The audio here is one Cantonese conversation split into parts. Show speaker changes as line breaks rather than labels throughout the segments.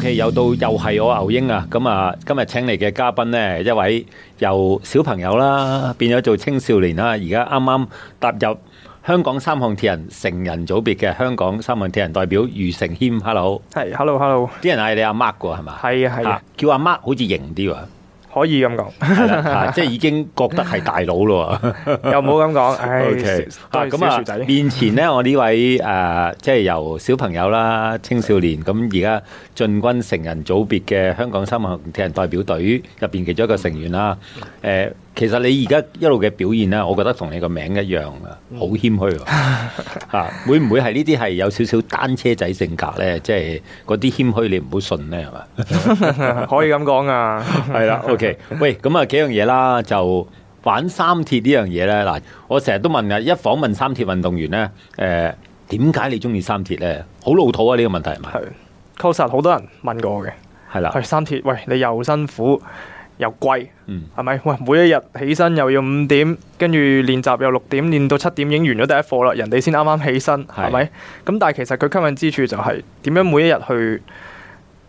戲又到又係我牛英啊！咁啊，今日請嚟嘅嘉賓呢，一位由小朋友啦，變咗做青少年啦，而家啱啱踏入香港三項鐵人成人組別嘅香港三項鐵人代表余承謙，hello！
係，hello hello，
啲人嗌你阿 Mark 喎，係嘛？
係啊係
啊
啊，
叫阿 Mark 好似型啲喎，
可以咁 講，
係啦啊即係已經覺得係大佬咯喎。
又冇咁講，唉
OK，
都
啊
係
咁
小
啊
薯仔，
面前咧，我呢位誒、呃即係由小朋友啦、青少年，咁而家進軍成人組別嘅香港三項鐵人代表隊入邊其中一個成員啦。誒、
嗯
其實你而家一路嘅表現咧，我覺得同你個名一樣啊，好謙虛 喎。嚇，會唔會係呢啲係有少少單車仔性格咧？即係嗰啲謙虛，你唔好信咧，係嘛？
可以咁 講啊，
係 啦，OK。喂，咁啊幾樣嘢啦，就玩三鐵呢樣嘢咧。嗱，我成日都問啊，一訪問三鐵運動員咧，誒點解你中意三鐵咧？好老土啊！呢、個問題係咪？
係，確實好多人問過我嘅，
係啦
喂，三鐵，喂你又辛苦又貴，
嗯
係咪？喂，每一日起身又要五點，跟住練習又六點，練到七點已經完咗第一課啦，人哋先啱啱起身，
係
係咪？咁但係其實佢吸引之處就係點樣每一日去。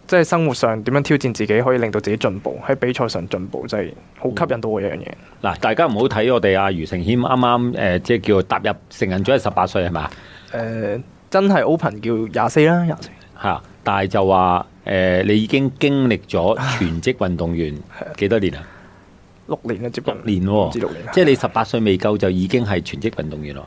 即係生活上點樣挑戰自己，可以令到自己進步，喺比賽上進步，真係好吸引到我一樣嘢。
嗱，大家唔好睇我哋阿余承謙啱啱誒，即係叫踏入成人組係十八歲係嘛啊
誒、呃真係 open 叫廿四啦，廿四
嚇，但係就話誒、你已經經歷咗全職運動員幾多年啊？
六年啦，啊接近
六年喎、
唔知六年啊啦，
即係你十八歲未夠就已經係全職運動員咯。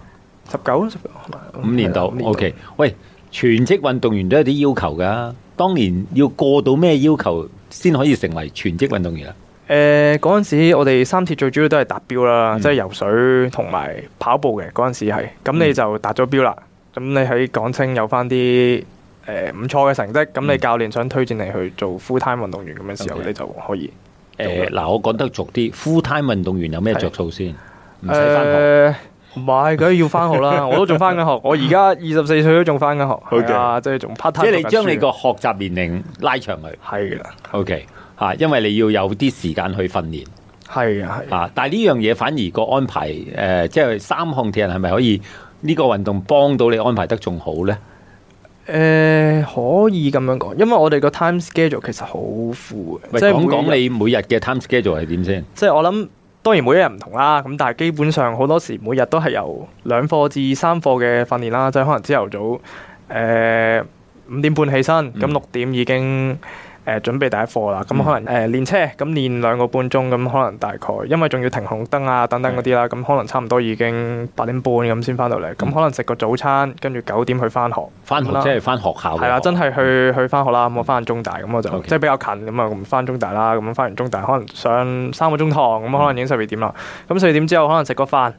十九十九係啊嘛
五年度
係啦
o k 喂，全職運動員都有啲要求噶，當年要過到咩要求先可以成為全職運動員啊？
誒呃嗰陣時，我哋三鐵最主要都係達標啦，
嗯
即係游水同埋跑步嘅嗰陣時係，咁你
嗯
就達咗標啦。咁你喺港青有翻啲誒唔錯嘅成績，咁你
嗯
教練想推薦你去做 full time 運動員咁嘅時候，
OK
你就可以
誒、
做啊
嗱，我講得俗啲，full time 運動員有咩着數先？唔使翻學。
誒。呃唔係，梗係要翻 學啦！我都仲翻緊學，我而家二十四歲都仲翻緊學，係啊，即係仲 part
即
time
係你
讀緊
將你
書
個學習年齡拉長佢
係啦，
，OK 嚇、因為你要有啲時間去訓練
係啊，係啊
嚇、但係呢樣嘢反而個安排誒、即係三項鐵人係咪可以呢個運動幫到你安排得仲好呢？
誒、呃可以咁樣講，因為我哋個 time schedule 其實好富嘅，
喂，
即係
講
每
講
日
你每日嘅 time schedule 係點先？
即係我諗當然每一日唔同啦，咁但係基本上好多時每日都係由兩課至三課嘅訓練啦，即係可能朝頭早誒五點半起身，咁
嗯
六點已經誒、呃、準備第一課啦，咁
嗯
可能誒、呃、練車，咁練兩個半鐘，咁可能大概因為仲要停紅燈啊等等嗰啲啦，咁可能差唔多已經八點半咁先翻到嚟，咁
嗯
可能食個早餐，跟住九點去翻學。
翻學
好啦
即係翻學校嘅
係啦，
學
真係去去翻學啦，咁我翻中大，咁我就
哦 OK
即係比較近咁啊，咁翻中大啦，咁翻完中大可能上三個鐘堂，咁啊可能已經十二點啦，咁十二點之後可能食個飯，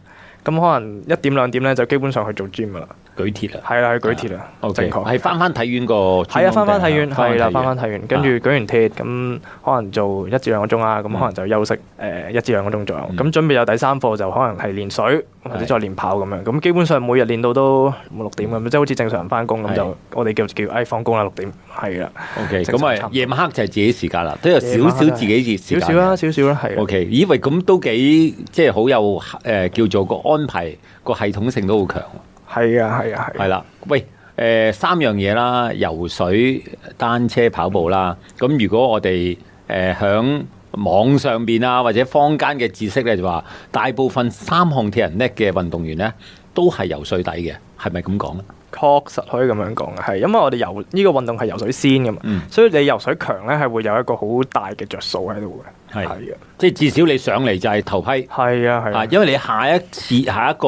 咁可能一點兩點咧就基本上去做 gym 噶啦，
舉鐵啊
係啦，去舉鐵啦，
，O
正
K，
確
係翻翻體院個
係啊，
專
翻
門
翻
定
體院係啦，翻翻
體啊
體院，跟住舉完鐵咁可能做一至兩個鐘啊，咁可能就休息誒一至兩個鐘左右，
嗯
咁準備有第三課就可能係練水或者
係嗯
再練跑咁樣，咁基本上每日練到都五六點咁，即係好似正常翻工咁
係
就我哋叫叫誒放工啦六點，係啦。
O K，
正常
咁
差
啊
唔多
夜晚黑就係自己時間啦，都有少
夜晚
少
黑
自己時
少
間
少啦，少少啦，係啊
O K，以為咁都幾即係好有誒叫做個安排個系統性都好強喎，
係啊，係啊，係啊
係啦，喂。誒、三樣嘢啦，游水、單車、跑步啦。咁如果我哋誒響網上邊啊，或者坊間嘅知識咧，就話大部分三項鐵人叻嘅運動員咧，都係游水底嘅，係咪咁講咧？
確實可以咁樣講嘅，係因為我哋游呢個運動係游水先嘅嘛，
嗯
所以你游水強咧係會有一個好大嘅着數喺度嘅，
係
係啊，
即係至少你上嚟就係頭批
係啊，係
啊，
啊，
因為你下一次下一個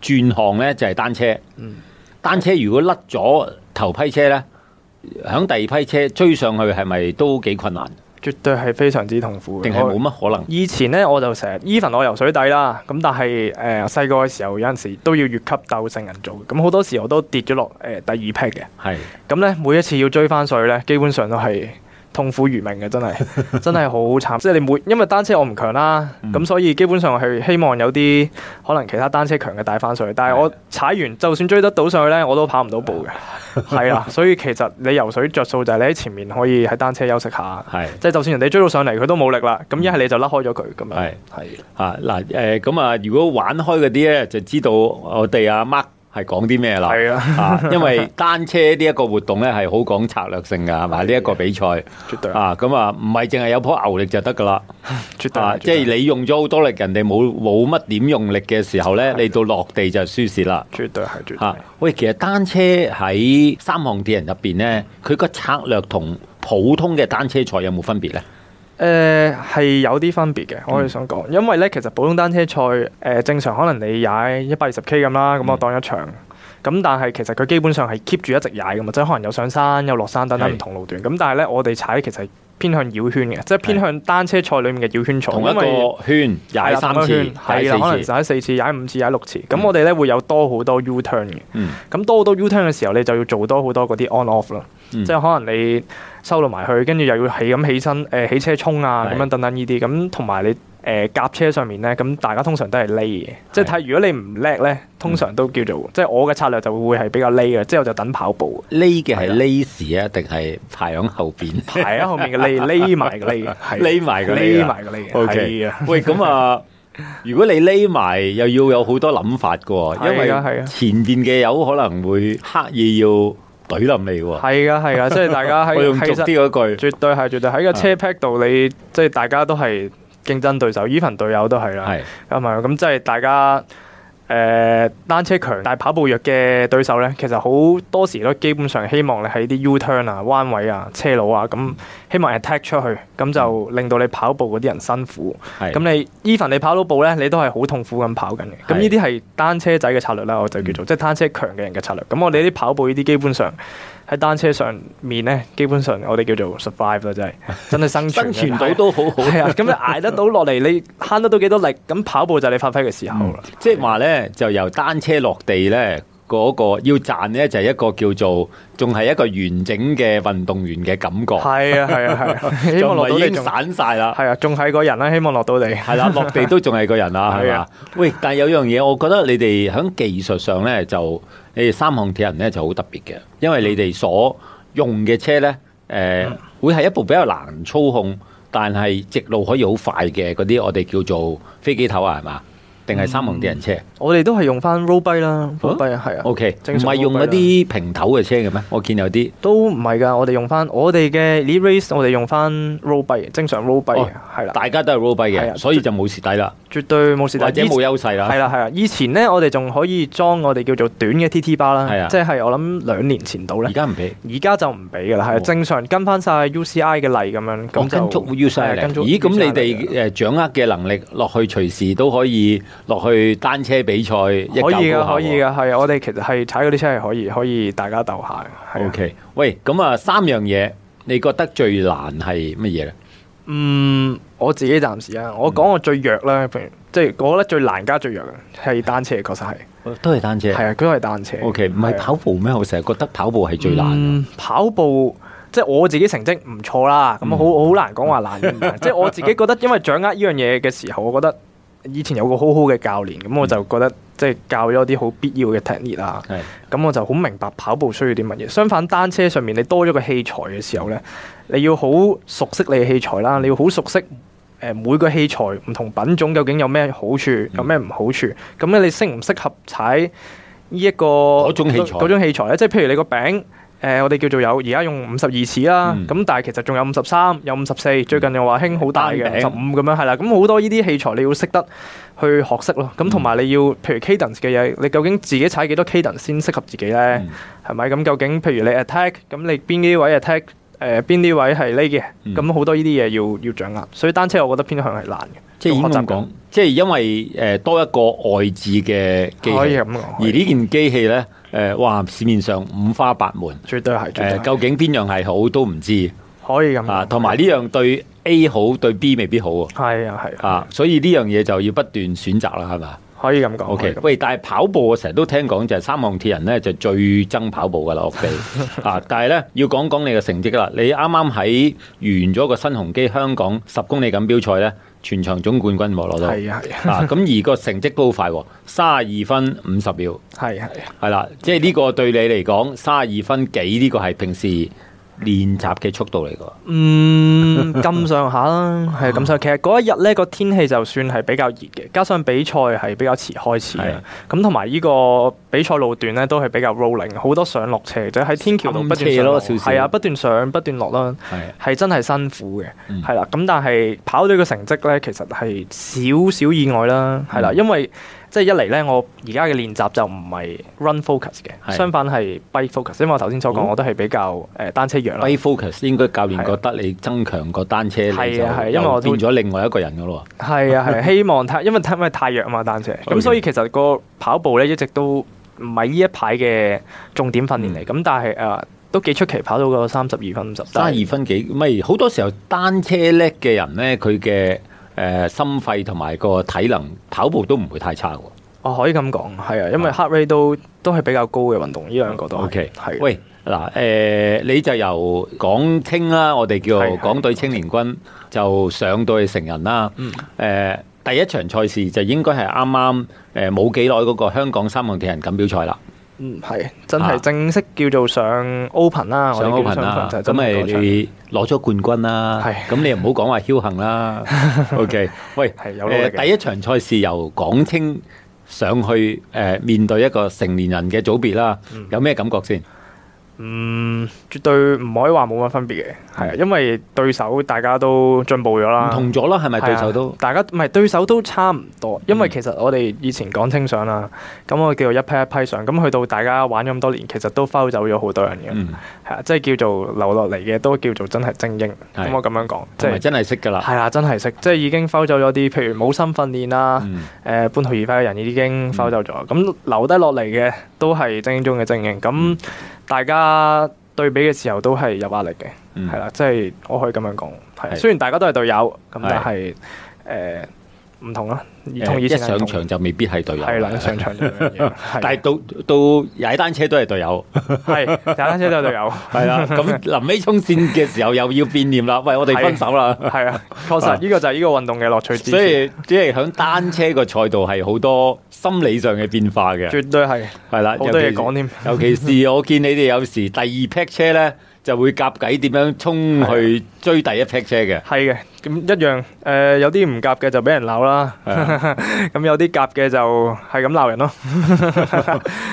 轉項咧就係單車。
嗯
單車如果甩咗頭批車咧，響第二批車追上去係咪都幾困難？
絕對係非常之痛苦嘅。
定係冇
我
乜可能？
以前咧我就成日 even 我游水底啦，咁但係誒細個嘅時候有陣時都要越級鬥成人組，咁好多時我都跌咗落誒第二 p 嘅。
係
咁咧每一次要追翻水咧，基本上都係痛苦如命嘅，真係真係好慘。即係你每因為單車我唔強啦，咁、所以基本上係希望有啲可能其他單車強嘅帶翻上去。但係我踩完就算追得到上去咧，我都跑唔到步嘅，係啦。所以其實你游水着數就係你喺前面可以喺單車休息下，
係
即係就算人哋追到上嚟佢都冇力啦，咁一係你就甩開咗佢咁樣。
係
係
啊啊嗱誒咁啊！如果玩開嗰啲咧，就知道我哋阿 Mark 係講啲咩啦。
係啊，
啊，因為單車呢一個活動咧係好講策略性噶，係咪？呢一個比賽
絕對
啊，咁啊，唔係淨係有棵牛力就得噶啦。
絕對
啊，
係，
即係你用咗好多力，人哋冇冇乜點用力嘅時候咧，你到落地就輸蝕啦。
絕對係，絕對
嚇
係。！
喂，其實單車喺三項鐵人入邊咧，佢個策略同普通嘅單車賽有冇分別咧？
誒係有啲分別嘅，我係想講，因為咧其實普通單車賽誒、正常可能你踩一百二十 K 咁啦，咁我當一場，咁、但係其實佢基本上係 keep 住一直踩噶嘛，即係可能有上山有落山等等
係
唔同路段，咁但係咧我哋踩其實係偏向繞圈嘅，即係偏向單車賽裡面嘅繞圈賽，
同一
因為
個圈踩三次，踩
係啦，可
四
能
次，
踩四次、踩五次、踩六次，咁
嗯
我哋咧會有多好多 U turn 嘅。
嗯，
咁多好多 U turn 嘅時候，你就要做多好多嗰啲 on off 啦，
嗯
即係可能你收到埋去，跟住又要起咁起身，誒、起車衝啊，
係
咁樣等等呢啲，咁同埋你誒、呃夾車上面咧，咁大家通常都係匿嘅，即係睇如果你唔叻咧，通常都叫
嗯
做、即係我嘅策略就會係比較匿嘅，之後就等跑步
呢嘅
係
係
啦
呢時啊，定係排響後邊
排喺啊後面 嘅匿，匿埋嘅匿，係
匿埋嘅匿
匿
啊
埋嘅匿，
？O
係
K，
啊，
喂，咁啊，如果你匿埋，又要有好多諗法嘅
係
喎，
啊
因為
係啊
前邊嘅友可能會刻意要懟冧你喎。
係啊係啊，即係大家 喺
我用
其
俗
實
啲嗰句，
絕對啊係絕對喺個車 pack 度，你即係大家都係競爭對手，even 隊友都係啦。
係
咁啊，咁即係大家誒、呃、單車強但係跑步弱嘅對手咧，其實好多時都基本上希望你喺啲 U turn 啊、彎位啊、車路啊，咁希望 attack 出去，咁就令到你跑步嗰啲人辛苦。
嗯係
咁你 even 你跑到步咧，你都係好痛苦咁跑緊嘅。
係
咁
嗯
呢啲係單車仔嘅策略啦，我就叫做、即係單車強嘅人嘅策略。咁我哋啲跑步呢啲基本上。喺單車上面咧，基本上我哋叫做 survive 啦，真係真係生
生
存嘅
存到都好好。
係啊，咁你捱得到落嚟，你慳得到幾多力，咁跑步就係你發揮嘅時候啦。
即係話咧，就由單車落地咧，嗰、個要賺咧就係一個叫做仲係一個完整嘅運動員嘅感覺，
係啊，係啊，係啊，希
嗯 就唔
望落
係
到
已
你
經
仲
散晒啦。
係啊，仲係個人啦，希望落到你。
係 啦，落地都仲係個人啦，係
係
嘛
啊？
喂，但係有樣嘢，我覺得你哋喺技術上咧，就你哋三項鐵人咧就好特別嘅，因為你哋所用嘅車咧，誒、
嗯
會係一部比較難操控，但係直路可以好快嘅嗰啲，我哋叫做飛機頭啊，係嘛？定
嗯
係三項鐵人車？
我哋都係用翻 road bike 啦，road bike 啊係啊，
O K，唔
正常
係用
好貴嗯
嗰
啦
啲平頭嘅車嘅咩？我見有啲
都唔係㗎，我哋用翻我哋嘅 e race，我哋用翻 road bike，正常 road bike
哦
嘅係啦，
大家都係 roll by
係啊
嘅，所以就冇蝕底啦，
絕對冇事。
或者
但係
冇優勢啦。
係啦啊係啦，以前咧我哋仲可以裝我哋叫做短嘅 TT 巴
係
啦，
啊
即係我諗兩年前度咧
而。家唔俾，
而家就唔俾㗎啦，係啊
哦
正常跟翻晒 UCI 嘅例咁樣，
我
咁
哦跟
就
足 U
係啊
i
跟足
咦，咁
UCI
你
嚟㗎
哋誒掌握嘅能力落去隨時都可以落去單車比賽一
可以
較
噶，
高
可以
下喎。
噶，係啊我哋其實係踩嗰啲車係可以，可以大家鬥下嘅。係啊
O K，喂，咁啊三樣嘢，你覺得最難係乜嘢咧？
嗯，我自己暫時啊，我講我最弱啦，譬如即係我覺得最難加最弱嘅係單車，確實係，
都係單車。
係啊，佢都係單車。
O K，唔係
係啊
跑步咩？我成日覺得跑步係最難。
嗯跑步。即係我自己成績唔錯啦，咁好好難講話難與唔嗯 難。即係我自己覺得，因為掌握呢樣嘢嘅時候，我覺得以前有個好好嘅教練，咁我就覺得即係教咗啲好必要嘅 technique 啊，
係
咁我就好明白跑步需要啲乜嘢。相反，單車上面你多咗個器材嘅時候咧，你要好熟悉你嘅器材啦，你要好熟悉誒每個器材唔同品種究竟有咩好處，
嗯
有咩唔好處。咁咧你適唔適合踩呢一個嗰
種器材
嗰種器材咧，即係譬如你個餅。誒、我哋叫做有而家用五十二次啦，
嗯
咁、但係其實仲有五十三、有五十四，最近又話興好大嘅
單
五
餅
十五咁樣係啦，咁好多呢啲器材你要識得去學識咯，
嗯
咁同埋你要譬如 cadence 嘅嘢，你究竟自己踩幾多 cadence 先適合自己咧
嗯？
係咪咁？究竟譬如你 attack，咁你邊啲位 attack？誒邊啲位係呢嘅？
嗯
咁好多呢啲嘢要要掌握，所以單車我覺得偏向係難嘅，
即係已經
要學
咁
習
講，即係因為誒多一個外置嘅機
可以
器
咁。講，
而呢件機器呢，誒、哇！市面上五花八門，
絕對係，
誒、
絕對係
究竟邊樣係好都唔知
可以咁
啊，
講，
同埋呢樣對 A 好，對 B 未必好喎
係啊係啊，
啊，所以呢樣嘢就要不斷選擇啦，係嘛
可以咁講。可以
？OK，
哦咁講
喂，但係跑步我成日都聽講就係三項鐵人呢，就最憎跑步噶 啦，落地啊！但係呢，要講講你嘅成績啦，你啱啱喺完咗個新鴻基香港十公里錦標賽呢，全場總冠軍喎攞到
係啊係啊
啊！咁而個成績都好快喎，三十二分五十秒。
係啊係啊，
系啦，即係呢個對你嚟講，三十二分幾呢個係平時練習嘅速度嚟㗎。
嗯，咁上下啦，
啊
係咁上下。其實嗰一日咧個天氣就算係比較熱嘅，加上比賽係比較遲開始
係
嘅，咁同埋呢個比賽路段咧都係比較 rolling，好多上落斜，就喺天橋度不斷
深
上
斜咯
落，
少少
係啊，不斷上不斷落啦，
係
係真係辛苦嘅，
嗯
係啦、咁但係跑隊嘅成績咧，其實係少少意外啦，係啦，
嗯
因為即係一嚟咧，我而家嘅練習就唔係 run focus 嘅，
係
相反係 bike focus，因為我頭先所講
哦
我都係比較誒單車弱啦。
低 focus 應該教練
係
覺得你增強個單車，你
係
就
啊係因為我
又
都
變咗另外一個人㗎咯
係 啊係，希望太因為太因為太弱啊嘛單車，咁
Okay
所以其實個跑步咧一直都唔係呢一排嘅重點訓練
嗯
嚟，咁但係誒都幾出奇跑到個三十二分五十，
喎，
但
三
係
二分幾，咪好多時候單車叻嘅人咧，佢嘅誒心肺同埋個體能跑步都唔會太差喎。
我哦可以咁講係啊，因為 heart rate 都都係比較高嘅運動，呢兩個都
OK，
係啊
喂，嗱，誒、你就由港青啦，我哋叫
係係
港隊青年軍，就上到去成人啦。
嗯
誒、第一場賽事就應該係啱啱誒冇幾耐嗰個香港三項鐵人錦標賽啦，
嗯係真
啊
係正式叫做上 open 啦，我
上
哋叫
Open
做
啦，
就係
咁
真
咪
係嗰場
你攞咗冠軍啦
係，
咁你又唔好講話僥倖 啦。OK，喂，
係有努力嘅
第一場賽事由港青上去誒、面對一個成年人嘅組別啦，有咩感覺先？
嗯絕對唔可以話冇乜分別嘅，係啊，因為對手大家都進步咗啦
唔。同咗啦，係咪
係啊
對手都？
大家唔係對手都差唔多，因為
嗯
其實我哋以前講清相啦，咁我叫做一批一批上，咁去到大家玩咗咁多年，其實都 f 走咗好多人嘅，
嗯。
係啊，即係叫做留落嚟嘅都叫做真係精英，咁我咁樣講，即
同埋
係
真係識㗎啦。
係啦，真係識，即係已經 f 走咗啲，譬如冇心訓練啊啦，
嗯
誒呃半途而廢嘅人已經 f 走咗，咁留低落嚟嘅都係精英中嘅精英，
嗯
咁大家對比嘅時候都係有壓力嘅。
嗯
係啦，即係我可以咁樣講，係
係
雖然大家都係隊友，咁
係
但係誒唔同啦，而
誒
同以
一
前係唔
上
同
場就未必係隊友，
係啦，一上場就一 樣嘢，係
但係到到踩單車都係 隊友，
係踩單車都係 隊友，
係啦。咁臨尾衝線嘅時候又要變臉啦，喂，我哋分手啦。
係啊，確實呢個就係呢個運動嘅樂趣之
所
處，
以即係喺單車個賽道係好多心理上嘅變化嘅，
絕對係
係啦。
好多嘢
尤其
講添，
尤其 是我見你哋有時第二劈車咧，就會夾計點樣衝去追第一劈車 嘅。
係嘅，咁一樣誒有啲唔夾嘅就俾人鬧啦， 咁有啲夾嘅就係咁鬧人咯，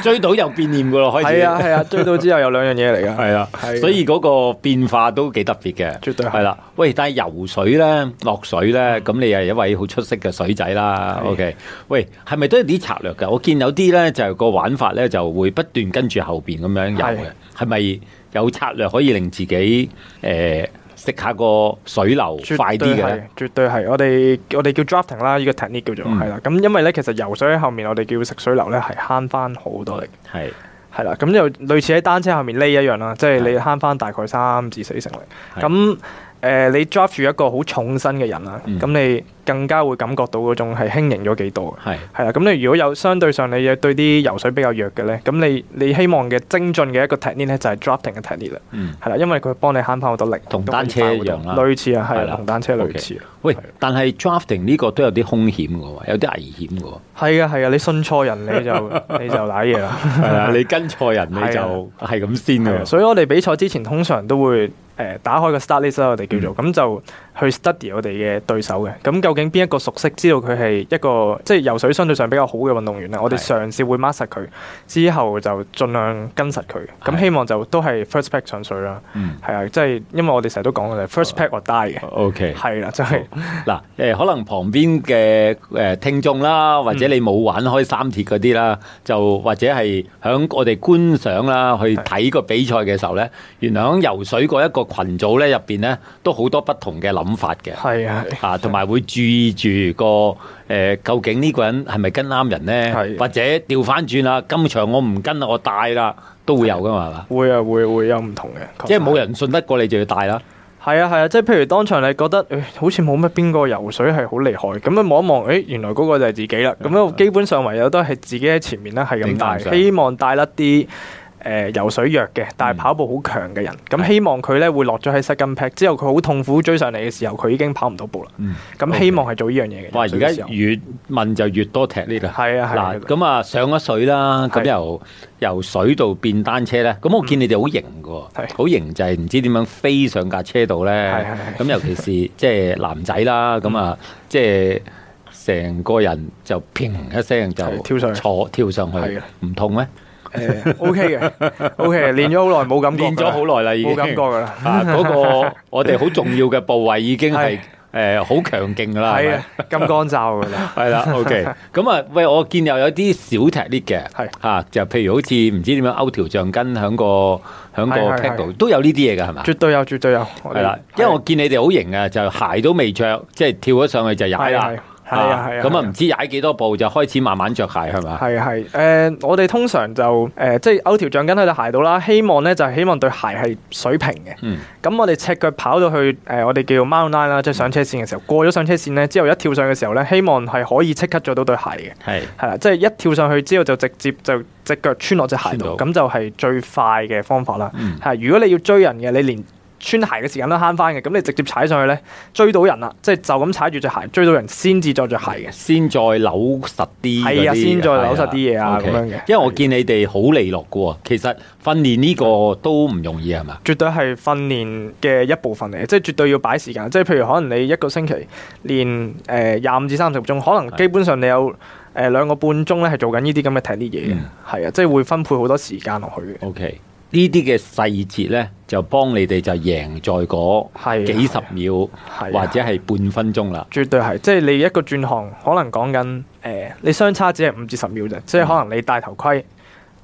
追到又變臉噶咯， 開始
係啊係啊，追到之後有兩樣嘢嚟㗎，
係啊
係，啊
所以嗰個變化都幾特別嘅，
絕對係嗯
係啦。喂，但係游水咧、落水咧，咁你又係一位好出色嘅水仔啦。
係
OK，喂，係咪都有啲策略㗎？我見有啲咧就係個玩法咧就會不斷跟住後邊咁樣游嘅，係咪有策略可以令自己誒食下個水流
絕
快啲
對
嘅
係
呢？，
絕對係。我哋我哋叫 drafting 啦，呢個 technique 叫做
嗯
係啦。咁因為咧，其實游水喺後面，我哋叫食水流咧，係慳翻好多力。
係
係啦，咁就類似喺單車後面呢一樣啦，即係你慳翻大概三至四成力。
係
咁誒、你 drop 住一個好重身嘅人啦，
嗯
咁、你更加會感覺到嗰種係輕盈咗幾多嘅。
係
係啦，咁你如果有相對上你有對啲游水比較弱嘅咧，咁你你希望嘅精進嘅一個 technique 咧就係 drafting 嘅 technique 啦。
嗯。
係啦，因為佢幫你慳翻好多力，
同單車一樣啦
類似啊，係
係啦
啦，同單車
OK
類似啊。
喂，但係 drafting 呢個都有啲風險嘅喎，有啲危險嘅 喎。
係啊係啊，你信錯人你就 你就濑嘢啦。
係啊，你跟錯人你
係啊
就係咁先嘅
係啊
喎。
所以我哋比賽之前通常都會誒、呃打開個 start list 啦，我哋叫做
嗯
咁、就去 study 我哋嘅對手嘅。咁究竟邊一個熟悉，知道佢係一個即係游水相對上比較好嘅運動員咧，我哋
係
嘗試會 mark 實佢，之後就盡量跟實佢。
係
咁希望就都係 first pack 上水啦。
嗯哦
係啊，即係因為我哋成日都講嘅就係 first pack or die 嘅。
，OK。
係啦，真係
嗱，誒可能旁邊嘅誒聽眾啦，或者你冇玩開三鐵嗰啲啦，就或者係響我哋觀賞啦，去睇個比賽嘅時候咧，原來響游水嗰一個群組咧入邊咧，都好多不同嘅諗法嘅。
係啊。
啊，同埋會注意住個誒、究竟呢個人係咪跟啱人咧？
係
或者調翻轉啦，今場我唔跟啦，我帶啦，都會有噶嘛，係嘛？
會啊，會會有唔同嘅，
即係
確實
冇人信得過你就要帶啦。
係啊係啊，即係譬如當場你覺得，誒好似冇乜邊個游水係好厲害，咁樣望一望，誒原來嗰個就係
啊
自己啦。咁樣基本上唯有都係自己喺前面咧，係咁
頂硬
帶，
上
希望帶甩啲誒誒游水弱嘅，但係
嗯
跑步好強嘅人，咁
係
希望佢咧會落咗喺 second pack 之後，佢好痛苦追上嚟嘅時候，佢已經跑唔到步啦。
嗯
咁
OK
希望係做呢樣嘢嘅。
哇！而
游水嘅時
家
候
越問就越多踢呢度。
係啊係啊
嗱，咁啊上咗水啦，咁
係嗯
由由水度變單車咧，咁我見你哋好型嘅喎，
係
好型就係唔知點樣飛上架車度咧
係嗯係。
咁尤 其是即係男仔啦，咁啊即係成個人就砰一聲就
係跳上去
坐跳上
係
去
啊，
唔痛咩？
誒 OK 嘅，OK 練咗好耐冇感覺㗎
練咗
啦，
好耐啦，已經
冇感覺㗎啦。
啊！嗰個我哋好重要嘅部位已經 係誒好強勁㗎啦，係
係
咪
啊，金剛罩㗎 啦。
系啦，OK，咁 啊，喂，我見又有啲小踢 l 嘅，
係
吓，就譬如好似唔知點樣勾條橡筋響個響
係
個
係
pad
係
度，都有呢啲嘢㗎係嘛？
絕對有，絕對有。
係啦，因為我見你哋好型啊，就鞋都未着，即係跳咗上去就踩啦，
係係係啊係啊
咁啊
係啊
唔知踩幾多步就開始慢慢着鞋係嘛？
係係誒，我哋通常就誒、即係勾條橡筋喺對鞋度啦，希望咧就係、希望對鞋係水平嘅。
嗯，
咁我哋赤腳跑到去誒、我哋叫 mount line 啦，即係上車線嘅時候，過咗上車線咧之後，一跳上嘅時候咧，希望係可以即刻着到對鞋嘅。
係
係啦，即係一跳上去之後就直接就隻腳穿落隻鞋度，
穿到
咁就係最快嘅方法啦。
嗯
係、如果你要追人嘅，你連穿鞋嘅時間都慳翻嘅，咁你直接踩上去咧，追到人啦，即係就咁踩住隻鞋，追到人先至再着鞋嘅。
先再扭實啲嗰啲，
係啊先再扭實啲嘢啊
OK，
咁樣嘅
因為我見你哋好利落㗎喎，其實訓練呢個都唔容易係嘛？
絕對係訓練嘅一部分嚟嘅，即係絕對要擺時間。即係譬如可能你一個星期練誒廿五至三十個鐘，可能基本上你有誒兩個半鐘咧係做緊呢啲咁嘅踢啲嘢嘅
嗯，
係啊、即係會分配好多時間落去嘅。
O K，呢啲嘅細節呢，就幫你哋就贏在嗰
係啊
幾十秒
係啊
或者係半分鐘啦。
絕對係，即係你一個轉行，可能講緊誒，你相差只係五至十秒啫，即係可能你戴頭盔、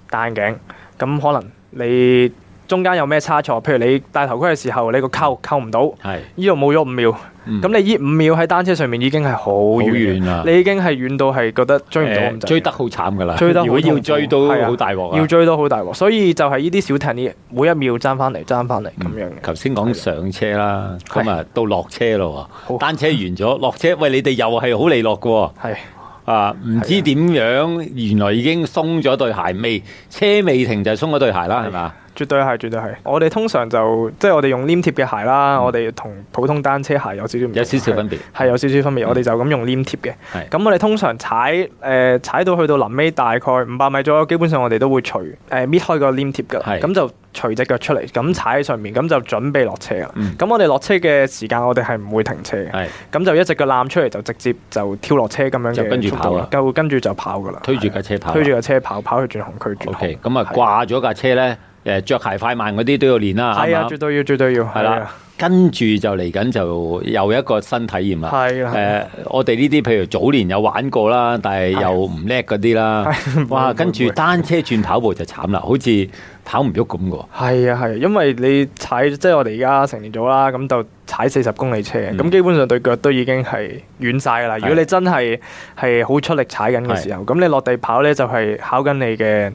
戴眼鏡，咁可能你中間有咩差錯，譬如你戴頭盔嘅時候，你個扣扣唔到，
係，
呢度冇咗五秒，咁、
嗯
你呢五秒喺單車上面已經係好
好
遠
遠啦
你已經係遠到係覺得追唔到咁
誒
滯，啊
追得好慘噶啦。
追得好
如果要追都
痛苦係啊
好大鑊
要
啊！
追到好大鑊，所以就係呢啲小艇啲，每一秒爭翻嚟，爭翻嚟咁樣嘅。
頭先講上車啦，咁啊到落車咯喎，
啊好
單車完咗落車，喂你哋又係好利落嘅喎。
係
啊，唔
係
知
啊
點樣，原來已經鬆咗對鞋，未車未停就鬆咗對鞋啦，係嘛？
絕對係，絕對係。我哋通常就即係我哋用黏貼嘅鞋啦，我哋同普通單車鞋有少少唔同
嗯有少少分別
係係有少少分別。我哋就咁用黏貼嘅。
嗯係
咁我哋通常踩誒、呃踩到去到臨尾大概五百米左右，基本上我哋都會除誒搣開個黏貼㗎啦
係，
咁就除只腳出嚟，咁踩喺上面，咁就準備落車啦。
嗯
咁、我哋落車嘅時間，我哋係唔會停車嘅，
係
咁就一隻腳攬出嚟就直接就跳落車咁樣
就跟
嘅
住
速
跑
度
啦
啦，就跟住就跑㗎啦，
推住
係
架車跑啦。
推住架車跑跑去轉紅區轉
O
紅
K，咁啊
哦係
掛咗架車咧，誒着鞋快慢嗰啲都要練啦，
係啊，
啱唔
絕
啱？
對要，絕對要，
係
係
啦
啊，
跟住就嚟緊就又一個新體驗啦。
係啦係啊
誒，我哋呢啲譬如早年有玩過啦，但係又唔叻嗰啲啦
係，冇
哇！
冇
跟住
冇
單車轉跑步就慘啦，好似跑唔喐咁嘅喎。
係啊係啊，因為你踩即係我哋而家成年咗啦，咁就踩四十公里車，咁、基本上對腳都已經嗯係軟晒㗎啦。如果你真係係好出力踩緊嘅時候，咁你落地跑咧就係考緊你嘅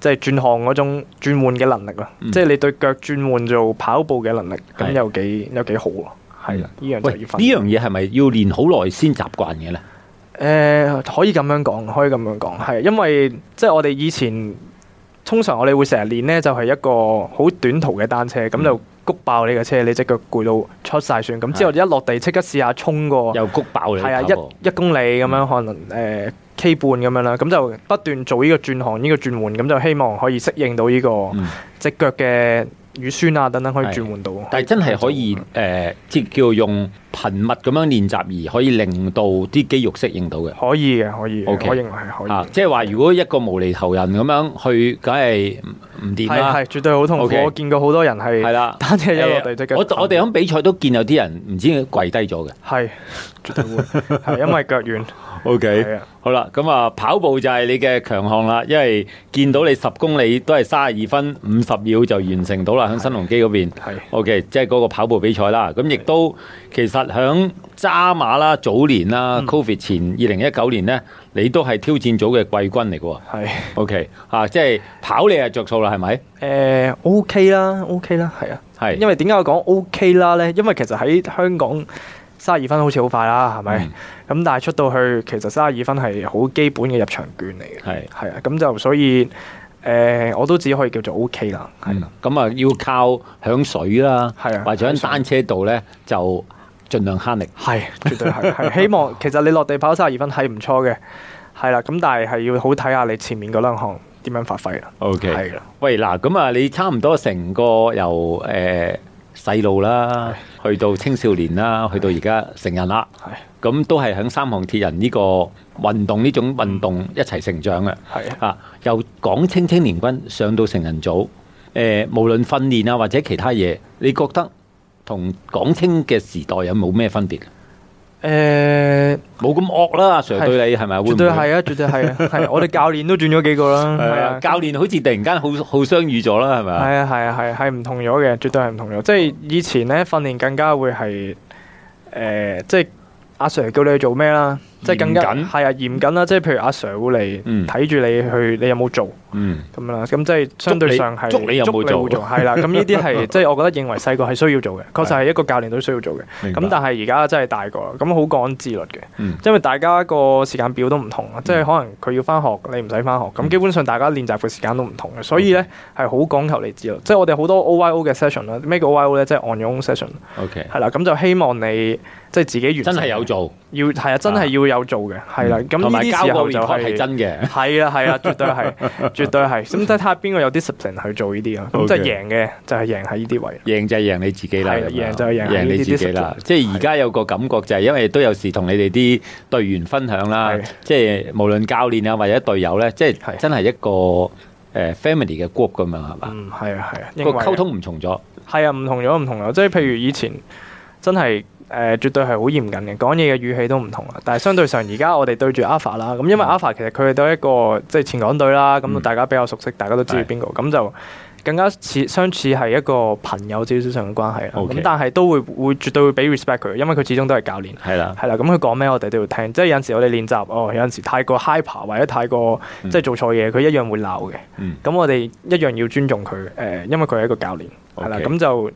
即係轉項嗰種轉換嘅能力啦，
嗯
即係你對腳轉換做跑步嘅能力，
係
咁有幾有幾好咯。係啦，呢樣就
喂，
要
呢
訓練
樣嘢係咪要練好耐先習慣嘅咧？
誒、呃可以咁樣講，可以咁樣講，係因為即係我哋以前通常我哋會成日練呢，就係、一個好短途嘅單車，咁、
嗯
就谷爆你嘅車，你只腳攰到出晒算，咁之後一落地即刻試下衝個
又谷爆你
係啊
跑步，嗯
一一公里咁樣，可能誒、K 半咁樣啦，咁就不斷做呢個轉行、呢、個轉換，咁就希望可以適應到呢個
嗯
只腳嘅乳酸啊等等可以
係
轉換到。
但係真係可以誒，即係叫用頻密咁樣練習，而可以令到啲肌肉適應到嘅。
可以嘅，可以嘅
OK
我認為係可以嘅。
啊，即係話如果一個無厘頭人咁樣去，梗係唔唔掂
係
啦
係，。絕對好痛苦。
OK
我見過好多人係
係啦
單車一落地即
誒
刻
我我哋喺比賽都見有啲人唔知跪低咗嘅。
係絕對會係因為腳軟
O
係啊
好啦，咁啊跑步就係你嘅強項啦，因為見到你十公里都係三十二分五十秒就完成到啦，喺新鴻基嗰邊。
係
O K，即係嗰個跑步比賽啦，咁亦都其實響渣馬啦、早年啦、Covid
嗯
前二零一九年呢，你都係挑戰組嘅季軍嚟嘅喎。
係
O K，啊，即係跑你係着數啦，係咪？
誒 OK 啦，OK 啦，係啊，
係
因為點解我講 OK 啦咧？因為其實喺香港。三十二分好似好快啦，係咪？
嗯
咁、但係出到去，其實三十二分係好基本嘅入場券嚟嘅，
係
係啊，咁就所以誒、诶、我都只可以叫做 O K 啦，係啦，
咁啊要靠響水啦，
嗯係啊
或者喺單車度咧就盡量慳力。
係絕對 係，係希望其實你落地跑三十二分係唔錯嘅，係啦，咁但係係要好睇下你前面嗰兩項點樣發揮啦，
OK，
係啦。
喂嗱，咁啊你差唔多成個由誒細路啦，去到青少年啦，去到而家成人啦，咁都係響三項鐵人呢個運動呢種運動一齊成長嘅。
係啊，
啊，由港青青年軍上到成人組，誒、無論訓練啊或者其他嘢，你覺得同港青嘅時代有冇咩分別？
誒、
冇咁惡啦，阿 Sir
係
對你係咪？會
絕
唔會
對係啊，絕對係啊， 係啊我哋教練都轉咗幾個啦，
係
係
啊，
啊，
教練好似突然間好好相遇咗啦，係咪啊？
係啊，係啊，係啊係唔同咗嘅，絕對係唔同咗。即係以前咧訓練更加會係誒、呃即係阿 Sir 叫你去做咩啦，即係更加
嚴謹
係啊嚴謹啦。即係譬如阿 Sir 會
嗯
嚟睇住你去，你有冇做
嗯，
咁樣啦。咁即係相對上係
捉你捉你有冇做
捉係啦。咁呢 啲係即係我覺得認為細個係需要做嘅，確實係一個教練都需要做嘅。
明白
咁但係而家真係大個啦，咁好講自律嘅，
嗯
因為大家個時間表都唔同啦，啊即係可能佢要翻學，你唔使翻學，
嗯
咁基本上大家練習嘅時間都唔同嘅，所以咧係好講求你自律。即係我哋好多 O Y O 嘅 session 啦，咩叫 O Y O 咧？即係 on your own session，
OK，
係啦，咁就希望你即係自己完
真
成
係有，做，嗯
要係啊，真係要有做嘅，係啦。咁
同
呢
埋交
啲時
個
候就
report 係
係。
真嘅。
係啦，係啦，啊絕對係，絕對係。咁即係睇下邊個有啲 discipline 去做呢啲咯。咁即係
OK
贏嘅就係贏喺呢啲位。
贏就係贏你自己啦，
係啦
咁樣
贏就係贏
贏你自己
呢
啦
啲。實際
即係而家有個感覺就係，因為都有時同你哋啲隊員分享啦
係，
即係無論教練啊或者隊友咧，即係
係
真係一個誒 family 嘅 group 咁樣係嘛？
嗯，係啊，係啊，
個
認為
溝通唔同咗，
係啊，唔同咗，唔同咗。即係譬如以前真係誒、呃，絕對係好嚴謹嘅，講嘢嘅語氣都唔同啦。但係相對上，而家我哋對住 Alpha 啦，咁因為 Alpha 其實佢哋都係一個即係前港隊啦，
嗯
咁大家比較熟悉，大家都知道邊個，咁就更加似相似係一個朋友少少上嘅關係啦。咁
OK
但係都會會絕對會俾 respect 佢，因為佢始終都係教練。
係啦。
係啦，咁佢講咩我哋都要聽，即係有陣時我哋練習，哦，有陣時太過 hyper 或者太過
嗯
即係做錯嘢，佢一樣會鬧嘅。
嗯
咁我哋一樣要尊重佢，誒、因為佢係一個教練，係啦
OK
咁就誒、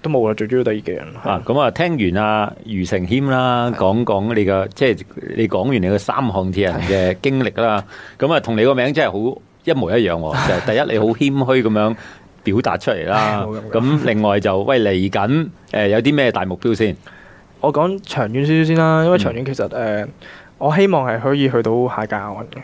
都冇啦，最主要都係呢幾樣。
啊，咁啊，聽完啊余承軒啦，講講你個即係你講完你個三項鐵人嘅經歷啦，咁啊，同你個名真係好一模一樣 喎。就係第一，你好謙虛咁樣表達出嚟啦
冇咁。講
咁另外就喂嚟緊誒有啲咩大目標先？
我講長遠少少先啦，
嗯
因為長遠其實誒、呃我希望係可以去到下屆亞運嘅。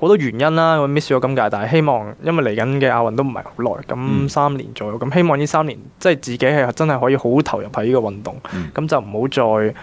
好多原因啦，我 miss 咗今屆，但係希望因為嚟緊嘅亞運都唔係好耐，
嗯
咁三年左右，咁希望呢三年即係自己係真係可以好投入喺呢個運動，
嗯
咁、就唔好再。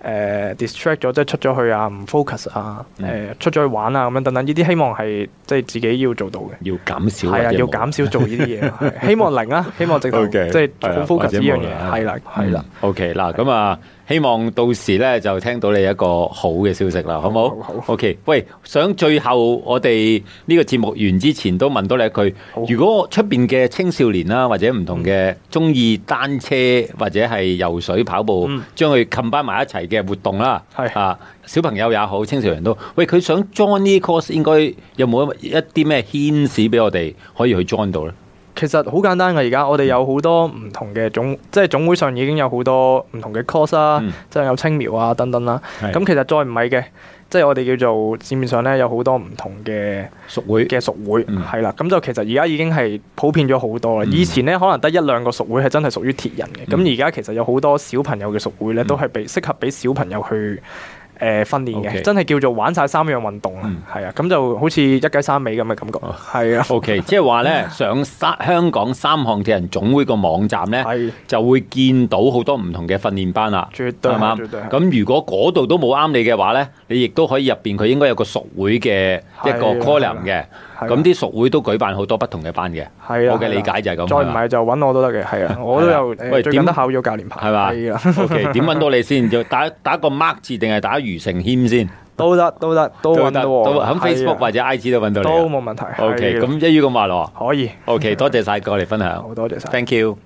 誒、distract 咗，即係出咗去啊，唔 focus 啊，誒、
嗯
出咗去玩啊，咁樣等等，呢啲希望係即係自己要做到嘅。
要減少
係啊，要減
減
少做呢啲嘢啊，係希望零啦，希望直頭
OK，
即係
係啊
好
或者
focus 呢樣
冇啦
嘢，係啦，係啦，。
嗯 OK，嗱咁啊，希望到時咧就聽到你一個好嘅消息啦，好冇
好好
o k 喂，想最後我哋呢個節目完之前都問多你一句
好，嗯
如果出邊嘅青少年啦，或者唔同嘅中意單車或者係游水、跑步
嗯，
將佢冚班埋一齊嘅活動啦，
係
啊，小朋友也好，青少年都，喂，佢想 join 呢 course 應該有冇一啲咩牽使俾我哋可以去 join 到咧？
其實好簡單嘅，而家我哋有好多唔同嘅總，即係總會上已經有好多唔同嘅 course 啦
嗯，
即係有青苗啊等等啦。
係
咁其實再唔係嘅，即係我哋叫做市面上咧有好多唔同嘅
熟會
嘅屬會，
嗯
係啦。咁就其實而家已經係普遍咗好多啦。
嗯
以前咧可能得一兩個屬會係真係屬於鐵人嘅，
嗯
咁而家其實有好多小朋友嘅屬會咧
嗯
都係俾適合俾小朋友去。誒、訓練
OK
嘅真係叫做玩晒三樣運動啦
嗯，哦
係啊、咁就好似一雞三味咁嘅感覺，係啊、
O K，即係話咧，上三香港三項鐵人總會個網站咧，
係
就會見到好多唔同嘅訓練班啦，
絕對
係
係
嘛？
絕對係
咁如果嗰度都冇啱你嘅話咧，你亦都可以入邊佢應該有個屬會嘅一個
係啦
column 嘅，
係啦
咁啲屬會都舉辦好多不同嘅班嘅。
係啊，
我嘅
係啊
理解就係咁
再
係
唔
嘛
係就揾我都得嘅，係啊，我都
係
有
啊喂
誒
點
最近都考咗教練牌，
係嘛
係啊，
O K，點揾到你先？要打打個 mark 字定係打余承軒先？
都得都得都揾
得
到
都喺
我，係啊
Facebook 或者 I G 都揾到你
都
㗎。
冇問題。
O K，
係啊
咁一於咁話咯。
可以，
O K，多謝晒過嚟分享
好多謝晒。
，thank you。